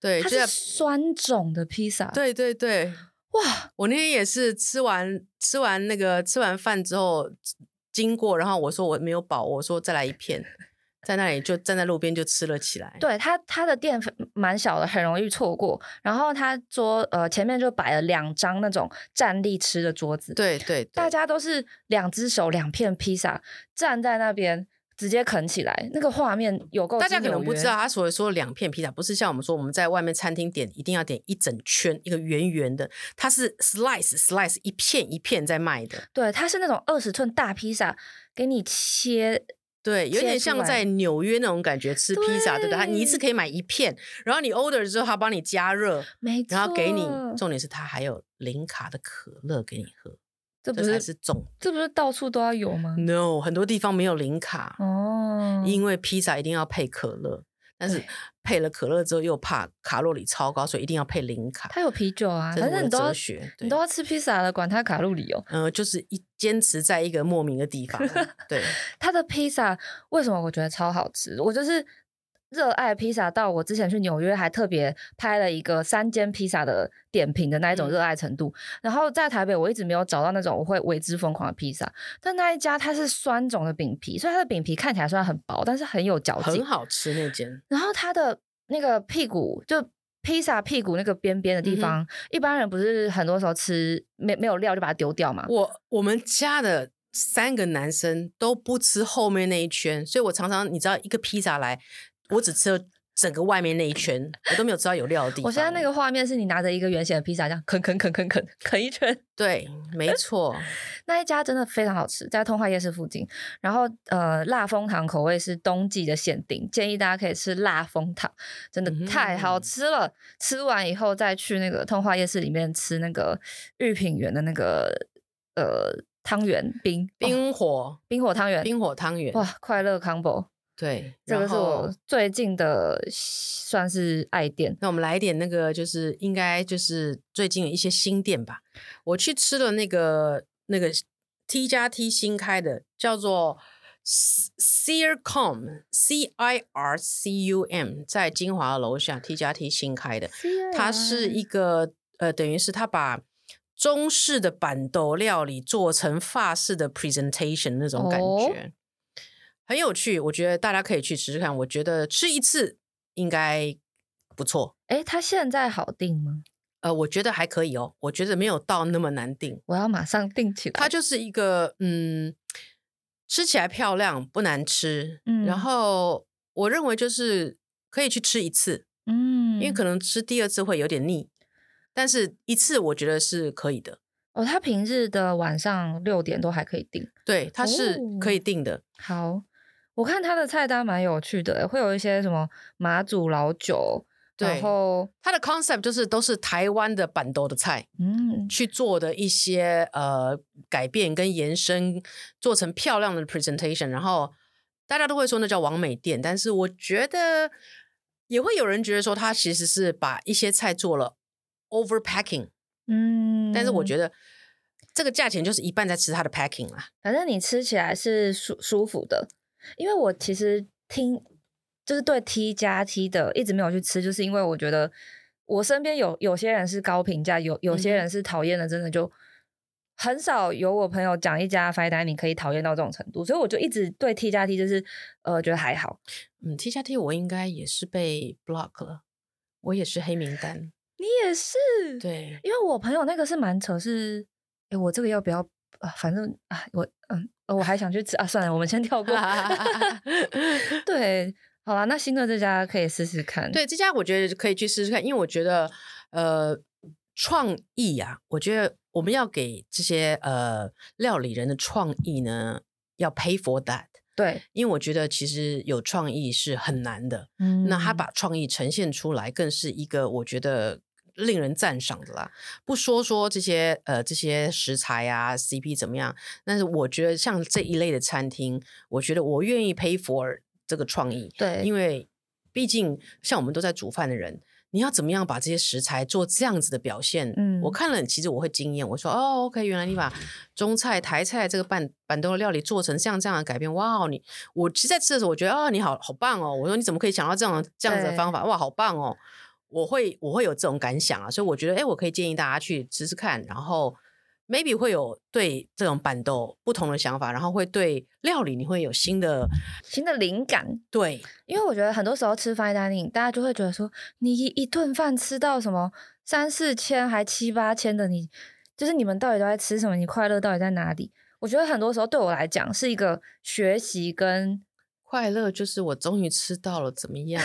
[SPEAKER 3] 对，
[SPEAKER 2] 它
[SPEAKER 3] 就是在
[SPEAKER 2] 酸种的披萨。，
[SPEAKER 3] 对对对，
[SPEAKER 2] 哇，
[SPEAKER 3] 我那天也是吃完吃完那个吃完饭之后经过，然后我说我没有饱，我说再来一片，在那里就站在路边就吃了起来。
[SPEAKER 2] 对它它的店蛮小的，很容易错过。然后它桌呃前面就摆了两张那种站立吃的桌子，
[SPEAKER 3] 对对对
[SPEAKER 2] 大家都是两只手两片披萨站在那边。直接啃起来，那个画面有够。
[SPEAKER 3] 大家可能不知道，，他所谓说的两片披萨，不是像我们说我们在外面餐厅点一定要点一整圈一个圆圆的，它是 slice slice 一片一片在卖的。
[SPEAKER 2] 对，它是那种二十寸大披萨，给你切。
[SPEAKER 3] 对，有
[SPEAKER 2] 切
[SPEAKER 3] 点
[SPEAKER 2] 出
[SPEAKER 3] 像
[SPEAKER 2] 来
[SPEAKER 3] 在纽约那种感觉吃披萨，对不对？它你一次可以买一片，然后你 order 之后，他帮你加热，
[SPEAKER 2] 没错，
[SPEAKER 3] 然后给你。重点是它还有零卡的可乐给你喝，
[SPEAKER 2] 这不
[SPEAKER 3] 这才
[SPEAKER 2] 是
[SPEAKER 3] 是重
[SPEAKER 2] 这不是到处都要有吗？
[SPEAKER 3] No，很多地方没有零卡，
[SPEAKER 2] 哦，
[SPEAKER 3] 嗯因为披萨一定要配可乐，但是
[SPEAKER 2] 对
[SPEAKER 3] 配了可乐之后又怕卡路里超高，所以一定要配零卡。
[SPEAKER 2] 它有啤酒啊，
[SPEAKER 3] 这是我
[SPEAKER 2] 反正
[SPEAKER 3] 的
[SPEAKER 2] 你都
[SPEAKER 3] 哲
[SPEAKER 2] 要
[SPEAKER 3] 学，
[SPEAKER 2] 你
[SPEAKER 3] 对
[SPEAKER 2] 都，要吃披萨了，管它卡路里哦。
[SPEAKER 3] 呃，就是一坚持在一个莫名的地方，对，
[SPEAKER 2] 它的披萨为什么我觉得超好吃？我就是热爱披萨到我之前去纽约还特别拍了一个三间披萨的点评的那一种
[SPEAKER 3] 嗯
[SPEAKER 2] 热爱程度。然后在台北我一直没有找到那种我会为之疯狂的披萨，但那一家它是酸种的饼皮，所以它的饼皮看起来虽然很薄，但是很有嚼劲
[SPEAKER 3] 很，好吃那间，
[SPEAKER 2] 然后它的那个屁股就。披萨屁股那个边边的地
[SPEAKER 3] 嗯哼
[SPEAKER 2] 方，一般人不是很多时候吃没没有料就把它丢掉嘛？
[SPEAKER 3] 我我们家的。三个男生都不吃后面那一圈，所以我常常你知道，一个披萨来，我只吃了整个外面那一圈，我都没有吃到有料的地方。
[SPEAKER 2] 我现在那个画面是你拿着一个圆形的披萨，这样啃啃啃啃啃啃一圈，
[SPEAKER 3] 对，没
[SPEAKER 2] 哦
[SPEAKER 3] 错，
[SPEAKER 2] 那一家真的非常好吃，在通化夜市附近。然后呃，辣蜂糖口味是冬季的限定，建议大家可以吃辣蜂糖，真的
[SPEAKER 3] 嗯
[SPEAKER 2] 太好吃了。吃完以后再去那个通化夜市里面吃那个玉品园的那个呃汤圆冰哦
[SPEAKER 3] 冰火
[SPEAKER 2] 冰火汤圆，
[SPEAKER 3] 冰火汤圆，
[SPEAKER 2] 哇，快乐 combo，
[SPEAKER 3] 对，
[SPEAKER 2] 这个
[SPEAKER 3] 然
[SPEAKER 2] 是
[SPEAKER 3] 后
[SPEAKER 2] 我最近的算是爱店。
[SPEAKER 3] 那我们来一点那个，就是应该就是最近有一些新店吧。我去吃了那个那个 T 加 T 新开的，叫做 Circum C I R C U M，在金华楼下 T 加 T 新开的。它是
[SPEAKER 2] 啊
[SPEAKER 3] 一个呃，等于是它把中式的板豆料理做成法式的 presentation 那种感
[SPEAKER 2] 哦
[SPEAKER 3] 觉，很有趣。我觉得大家可以去吃吃看，我觉得吃一次应该不错。
[SPEAKER 2] 哎，它现在好订吗？
[SPEAKER 3] 呃，我觉得还可以哦，我觉得没有到那么难定。
[SPEAKER 2] 我要马上订起来。
[SPEAKER 3] 它就是一个嗯，吃起来漂亮，不难吃。然
[SPEAKER 2] 嗯
[SPEAKER 3] 后我认为就是可以去吃一次，因
[SPEAKER 2] 嗯，
[SPEAKER 3] 为可能吃第二次会有点腻，但是一次我觉得是可以的。
[SPEAKER 2] 哦，他平日的晚上六点都还可以订。
[SPEAKER 3] 对，它是可
[SPEAKER 2] 哦
[SPEAKER 3] 以定的。
[SPEAKER 2] 好，我看他的菜单蛮有趣的，欸会有一些什么马祖老酒，
[SPEAKER 3] 对
[SPEAKER 2] 然后
[SPEAKER 3] 它的 concept 就是都是台湾的板豆的菜
[SPEAKER 2] 嗯，
[SPEAKER 3] 去做的一些呃改变跟延伸，做成漂亮的 presentation，然后大家都会说那叫完美店，但是我觉得也会有人觉得说它其实是把一些菜做了 over packing，
[SPEAKER 2] 嗯，
[SPEAKER 3] 但是我觉
[SPEAKER 2] 得，
[SPEAKER 3] 得这个价钱就是一半在吃它的 packing 啦。
[SPEAKER 2] 反正你吃起来是舒舒服的，因为我其实听就是对 T 加 T 的一直没有去吃，就是因为我觉得我身边有有些人是高评价，有有些
[SPEAKER 3] 嗯哼
[SPEAKER 2] 人是讨厌的，真的就。很少有我朋友讲一家 fine dining 可以讨厌到这种程度，所以我就一直对 T 加 T 就是呃觉得还好，
[SPEAKER 3] 嗯，T 加 T 我应该也是被 block 了，我也是黑名单。
[SPEAKER 2] 你也是，
[SPEAKER 3] 对，
[SPEAKER 2] 因为我朋友那个是蛮扯，是诶，我这个要不要啊？反正啊，我嗯，呃我还想去吃啊，算了，我们先跳过。 对，好啦，那新的这家可以试试看。，
[SPEAKER 3] 对，这家我觉得可以去试试看，因为我觉得，呃，创意啊，我觉得我们要给这些呃料理人的创意呢，要 pay for that。
[SPEAKER 2] 对，
[SPEAKER 3] 因为我觉得其实有创意是很难的，
[SPEAKER 2] 嗯
[SPEAKER 3] 那他把创意呈现出来，更是一个我觉得令人赞赏的啦。不说说这些呃这些食材啊 CP 怎么样，但是我觉得像这一类的餐厅，我觉得我愿意 pay for 这个创意，
[SPEAKER 2] 对，
[SPEAKER 3] 因
[SPEAKER 2] 为
[SPEAKER 3] 为毕竟像我们都在煮饭的人，你要怎么样把这些食材做这样子的表现？
[SPEAKER 2] 嗯
[SPEAKER 3] 我看了，其实我会惊艳。我说哦，OK，原来你把中菜、台菜这个板板豆的料理做成像这样的改变，哇哦！你我其实在吃的时候，我觉得啊、你好好棒哦。我说你怎么可以想到这样的这样子的
[SPEAKER 2] 对
[SPEAKER 3] 方法？哇，好棒哦！我会我会有这种感想啊，所以我觉得，哎，我可以建议大家去试试看，然后 maybe 会有对这种板豆不同的想法，然后会对料理你会有新的
[SPEAKER 2] 新的灵感，
[SPEAKER 3] 对
[SPEAKER 2] 因为我觉得很多时候吃 fine dining，大家就会觉得说，你一一顿饭吃到什么三四千还七八千的，你就是你们到底都在吃什么？你快乐到底在哪里？我觉得很多时候对我来讲是一个学习跟
[SPEAKER 3] 快乐就是我终于吃到了，怎么样？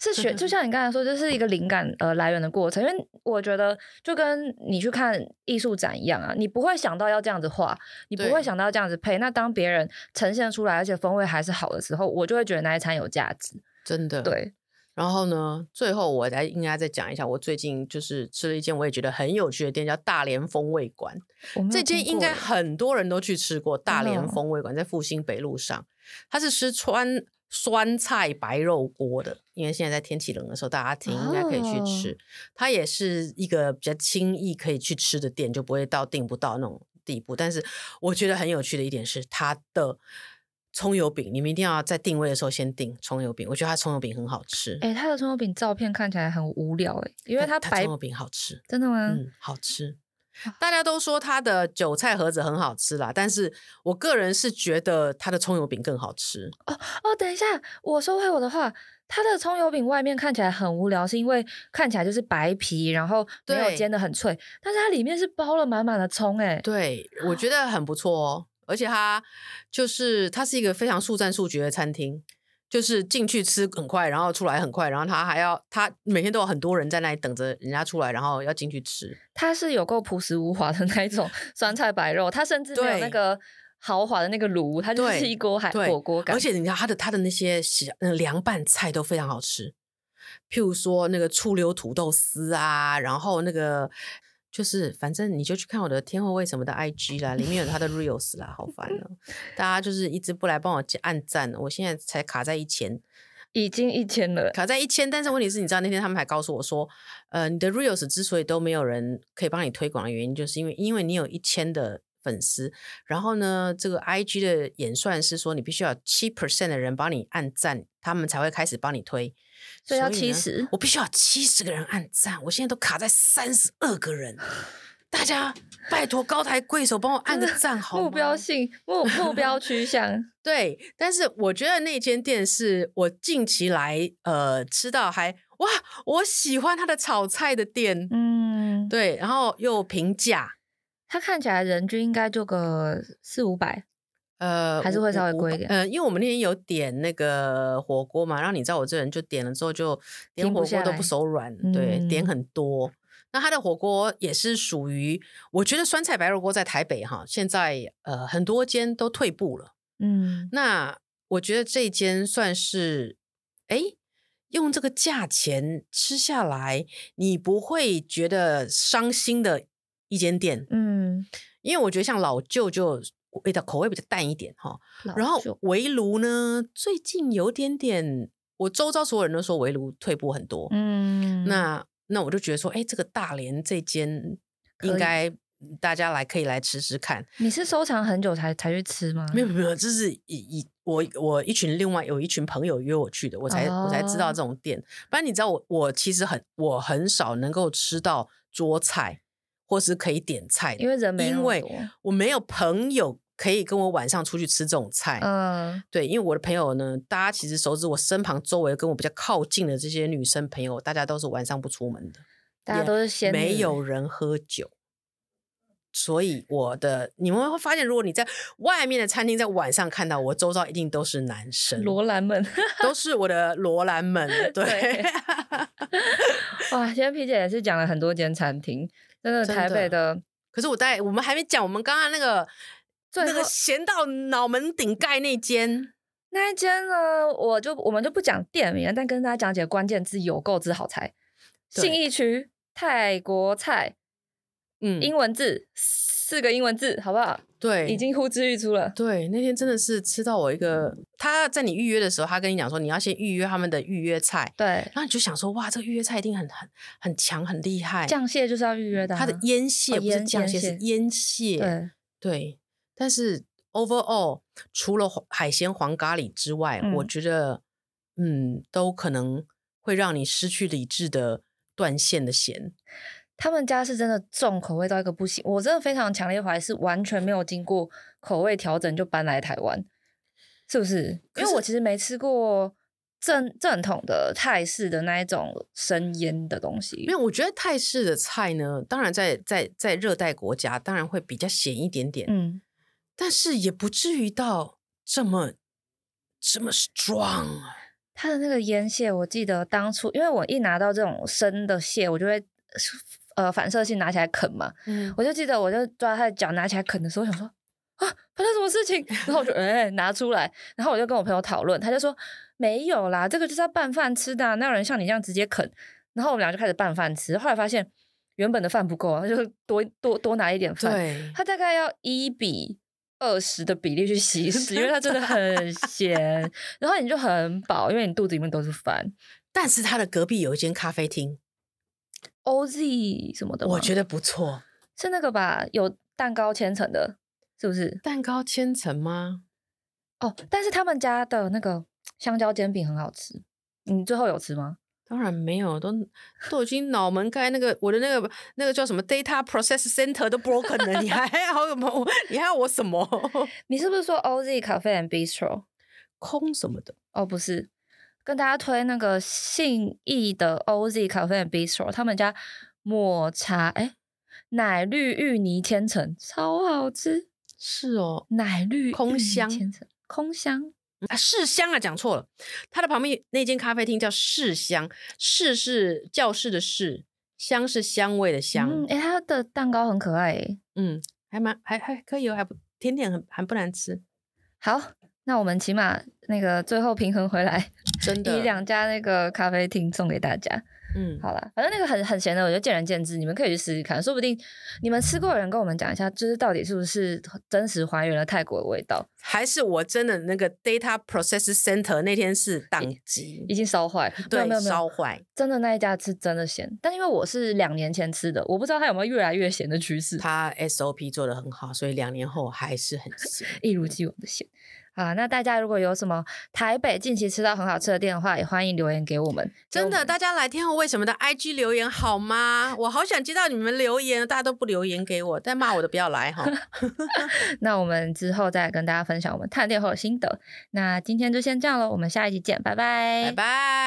[SPEAKER 2] 是 学，就像你刚才说，这是一个灵感呃来源的过程。因为我觉得，就跟你去看艺术展一样啊，你不会想到要这样子画，你不
[SPEAKER 3] 对
[SPEAKER 2] 会想到这样子配。那当别人呈现出来，而且风味还是好的时候，我就会觉得那一餐有价值。
[SPEAKER 3] 真的。。
[SPEAKER 2] 对，
[SPEAKER 3] 然后呢，最后我再应该再讲一下，我最近就是吃了一间我也觉得很有趣的店，叫大连风味馆。
[SPEAKER 2] 我没有
[SPEAKER 3] 这间
[SPEAKER 2] 听
[SPEAKER 3] 应该
[SPEAKER 2] 过欸
[SPEAKER 3] 很多人都去吃过，大
[SPEAKER 2] 真的
[SPEAKER 3] 连
[SPEAKER 2] 哦
[SPEAKER 3] 风味馆在复兴北路上，它是吃川酸菜白肉锅的。因为现在在天气冷的时候，大家听应该可以
[SPEAKER 2] 啊
[SPEAKER 3] 去吃。它也是一个比较轻易可以去吃的店，就不会到订不到那种地步。但是我觉得很有趣的一点是它的。葱油饼，你们一定要在定位的时候先定葱油饼。我觉得它葱油饼很好吃，
[SPEAKER 2] 哎、他的葱油饼照片看起来很无聊哎、因为
[SPEAKER 3] 它
[SPEAKER 2] 白
[SPEAKER 3] 葱油饼好吃。
[SPEAKER 2] 真的吗？
[SPEAKER 3] 嗯，好吃
[SPEAKER 2] 哇。
[SPEAKER 3] 大家都说它的韭菜盒子很好吃啦，但是我个人是觉得它的葱油饼更好吃。
[SPEAKER 2] 哦，等一下，我收回我的话。它的葱油饼外面看起来很无聊，是因为看起来就是白皮，然后没有
[SPEAKER 3] 对
[SPEAKER 2] 煎的很脆，但是它里面是包了满满的葱哎、
[SPEAKER 3] 对，我觉得很不错哦。而且它就是它是一个非常速战速决的餐厅，就是进去吃很快，然后出来很快，然后它还要它每天都有很多人在那里等着人家出来，然后要进去吃。
[SPEAKER 2] 它是有够朴实无华的那 一种酸菜白肉，它甚至没有那
[SPEAKER 3] 对
[SPEAKER 2] 个豪华的那个炉，它就是
[SPEAKER 3] 对
[SPEAKER 2] 一锅海
[SPEAKER 3] 对
[SPEAKER 2] 火锅感。
[SPEAKER 3] 而且你知道它的它的那些小呃凉拌菜都非常好吃，譬如说那个醋溜土豆丝啊，然后那个就是反正你就去看我的天后为什么的 IG 啦，里面有他的 reels 啦，好烦哦！大家就是一直不来帮我加按赞，我现在才卡在一千，
[SPEAKER 2] 已经一千了，
[SPEAKER 3] 卡在一千。但是问题是，你知道那天他们还告诉我说，呃，你的 reels 之所以都没有人可以帮你推广的原因，就是因为因为你有一千的粉丝，然后呢，这个 IG 的演算是说你必须要七 percent 的人帮你按赞，他们才会开始帮你推。
[SPEAKER 2] 所以要
[SPEAKER 3] 呢
[SPEAKER 2] 70
[SPEAKER 3] 我必须要七十个人按赞，我现在都卡在三十二个 人。大家拜托高抬贵手，帮我按个 赞好吗？
[SPEAKER 2] 目标性目目标趋向
[SPEAKER 3] 对，但是我觉得那间店是我近期来呃吃到还哇，我喜欢它的炒菜的店，
[SPEAKER 2] 嗯，
[SPEAKER 3] 对，然后又平价，
[SPEAKER 2] 它看起来人均应该就个四五百，
[SPEAKER 3] 呃，
[SPEAKER 2] 还是会
[SPEAKER 3] 五
[SPEAKER 2] 稍微
[SPEAKER 3] 五
[SPEAKER 2] 贵一
[SPEAKER 3] 百
[SPEAKER 2] 点
[SPEAKER 3] 呃，因为我们那天有点那个火锅嘛，然后你知道我这人就点了之后就连
[SPEAKER 2] 停不
[SPEAKER 3] 火
[SPEAKER 2] 下
[SPEAKER 3] 锅都
[SPEAKER 2] 来
[SPEAKER 3] 不手软，对，点
[SPEAKER 2] 嗯
[SPEAKER 3] 很多。那它的火锅也是属于，我觉得酸菜白肉锅在台北哈，现在呃很多间都退步了。
[SPEAKER 2] 嗯，
[SPEAKER 3] 那我觉得这间算是，哎，用这个价钱吃下来，你不会觉得伤心的一间店，
[SPEAKER 2] 嗯，
[SPEAKER 3] 因为我觉得像老舅就味道口味比较淡一点哈。
[SPEAKER 2] 老
[SPEAKER 3] 然后
[SPEAKER 2] 旧
[SPEAKER 3] 围炉呢，最近有点点，我周遭所有人都说围炉退步很多。
[SPEAKER 2] 嗯，
[SPEAKER 3] 那那我就觉得说，哎，这个大连这间
[SPEAKER 2] 可
[SPEAKER 3] 应
[SPEAKER 2] 以
[SPEAKER 3] 该大家来可以来吃吃看。
[SPEAKER 2] 你是收藏很久才才去吃吗？
[SPEAKER 3] 没有没有，这是一一我我一群另外有一群朋友约我去的，我才、我才知道这
[SPEAKER 2] 哦
[SPEAKER 3] 种店。不然你知道我我其实很我很少能够吃到桌菜或是可以点菜的，
[SPEAKER 2] 因为人没那
[SPEAKER 3] 因
[SPEAKER 2] 么
[SPEAKER 3] 为
[SPEAKER 2] 多
[SPEAKER 3] 我没有朋友可以跟我晚上出去吃这种菜。
[SPEAKER 2] 嗯，
[SPEAKER 3] 对，因为我的朋友呢，大家其实熟知我身旁周围跟我比较靠近的这些女生朋友，大家都是晚上不出门的。
[SPEAKER 2] 大家
[SPEAKER 3] 也
[SPEAKER 2] 都是仙
[SPEAKER 3] 没
[SPEAKER 2] 女
[SPEAKER 3] 有人喝酒，所以我的你们会发现，如果你在外面的餐厅在晚上看到我，周遭一定都是男生，
[SPEAKER 2] 罗兰们。
[SPEAKER 3] 都是我的罗兰们， 对
[SPEAKER 2] 对，哇，今天皮姐也是讲了很多间餐厅，真的
[SPEAKER 3] 真
[SPEAKER 2] 台北的
[SPEAKER 3] 可是我在我们还没讲，我们刚刚那个
[SPEAKER 2] 最
[SPEAKER 3] 那个
[SPEAKER 2] 后
[SPEAKER 3] 咸到脑门顶盖那间，
[SPEAKER 2] 那一间呢，我就我们就不讲店名了，但跟大家讲解关键字有够之好猜。
[SPEAKER 3] 对
[SPEAKER 2] 信义区泰国菜，
[SPEAKER 3] 嗯，
[SPEAKER 2] 英文字四个英文字，好不好？
[SPEAKER 3] 对，
[SPEAKER 2] 已经呼之欲出了。
[SPEAKER 3] 对，那天真的是吃到我一个，他在你预约的时候，他跟你讲说你要先预约他们的预约菜，
[SPEAKER 2] 对，
[SPEAKER 3] 然后你就想说哇，这个预约菜一定很很很强，很厉害，
[SPEAKER 2] 酱蟹就是要预约的啊、
[SPEAKER 3] 它的腌蟹
[SPEAKER 2] 哦
[SPEAKER 3] 不是
[SPEAKER 2] 腌
[SPEAKER 3] 酱
[SPEAKER 2] 腌
[SPEAKER 3] 蟹，是
[SPEAKER 2] 蟹
[SPEAKER 3] 腌蟹。
[SPEAKER 2] 对，
[SPEAKER 3] 对但是 overall 除了黄海鲜黄咖喱之外，我
[SPEAKER 2] 嗯
[SPEAKER 3] 觉得嗯，都可能会让你失去理智的断线的咸。
[SPEAKER 2] 他们家是真的重口味到一个不行，我真的非常强烈怀疑是完全没有经过口味调整就搬来台湾，是不是？
[SPEAKER 3] 可
[SPEAKER 2] 因为我
[SPEAKER 3] 是
[SPEAKER 2] 其实没吃过正正统的泰式的那一种生腌的东西
[SPEAKER 3] 因为，我觉得泰式的菜呢，当然在在在热带国家当然会比较咸一点点，
[SPEAKER 2] 嗯，
[SPEAKER 3] 但是也不至于到这么这么 strong 啊？
[SPEAKER 2] 它的那个腌蟹，我记得当初因为我一拿到这种生的蟹，我就会呃反射性拿起来啃嘛，
[SPEAKER 3] 嗯，
[SPEAKER 2] 我就记得我就抓它的脚拿起来啃的时候，我想说啊发生什么事情， 然后我就哎、拿出来，然后我就跟我朋友讨论，他就说没有啦，这个就是要拌饭吃的啊、哪有人像你这样直接啃？然后我们俩就开始拌饭吃，后来发现原本的饭不够啊，就是多多多拿一点饭，
[SPEAKER 3] 对，
[SPEAKER 2] 它大概要一比二十的比例去吸食，因为它真 的很咸，然后你就很饱，因为你肚子里面都是饭。
[SPEAKER 3] 但是它的隔壁有一间咖啡厅，
[SPEAKER 2] OZ 什么的吗，
[SPEAKER 3] 我觉得不错。
[SPEAKER 2] 是那个吧，有蛋糕千层的，是不是？
[SPEAKER 3] 蛋糕千层吗？
[SPEAKER 2] 哦，但是他们家的那个香蕉煎饼很好吃，你最后有吃吗？
[SPEAKER 3] 当然没有，都都已经脑门盖那个我的那个那个叫什么 data process center 都 broken 了，你还要什么？ 你还要我什么？
[SPEAKER 2] 你是不是说 OZ Cafe and Bistro？
[SPEAKER 3] 空什么的？
[SPEAKER 2] 哦，不是，跟大家推那个信义的 OZ Cafe and Bistro，他们家抹茶哎、奶绿芋泥千层超好吃，
[SPEAKER 3] 是哦，
[SPEAKER 2] 奶绿
[SPEAKER 3] 空
[SPEAKER 2] 芋泥
[SPEAKER 3] 香
[SPEAKER 2] 千层空香
[SPEAKER 3] 啊，世香啊，讲错了。它的旁边那间咖啡厅叫世香，世是教室的世，香是香味的香。
[SPEAKER 2] 嗯
[SPEAKER 3] 嗯，
[SPEAKER 2] 哎、它的蛋糕很可爱哎。
[SPEAKER 3] 还蛮还还可以哦，还不甜点很还不难吃，
[SPEAKER 2] 好，那我们起码那个最后平衡回来，
[SPEAKER 3] 真的
[SPEAKER 2] 以。两家那个咖啡厅送给大家。
[SPEAKER 3] 嗯，
[SPEAKER 2] 好啦，反正那个很很咸的，我觉得见仁见智，你们可以去试试看，说不定你们吃过的人跟我们讲一下，就是到底是不是真实还原了泰国的味道，
[SPEAKER 3] 还是我真的那个 data process center 那天是宕机
[SPEAKER 2] 已，经烧坏。没
[SPEAKER 3] 对
[SPEAKER 2] 有没有，没有
[SPEAKER 3] 烧坏。
[SPEAKER 2] 真的那一家是真的咸，但因为我是两年前吃的，我不知道它有没有越来越咸的趋势，
[SPEAKER 3] 他 SOP 做的很好，所以两年后还是很行。
[SPEAKER 2] 一如既往的咸。啊，那大家如果有什么台北近期吃到很好吃的店的话，也欢迎留言给我们。给我
[SPEAKER 3] 真的，
[SPEAKER 2] 们
[SPEAKER 3] 大家来天后为什么的 IG 留言好吗？我好想接到你们留言，大家都不留言给我，但骂我的不要来 哈。
[SPEAKER 2] 那我们之后再
[SPEAKER 3] 哎
[SPEAKER 2] 跟大家分享我们探店后的心得。那今天就先这样喽，我们下一集见，拜拜，
[SPEAKER 3] 拜拜。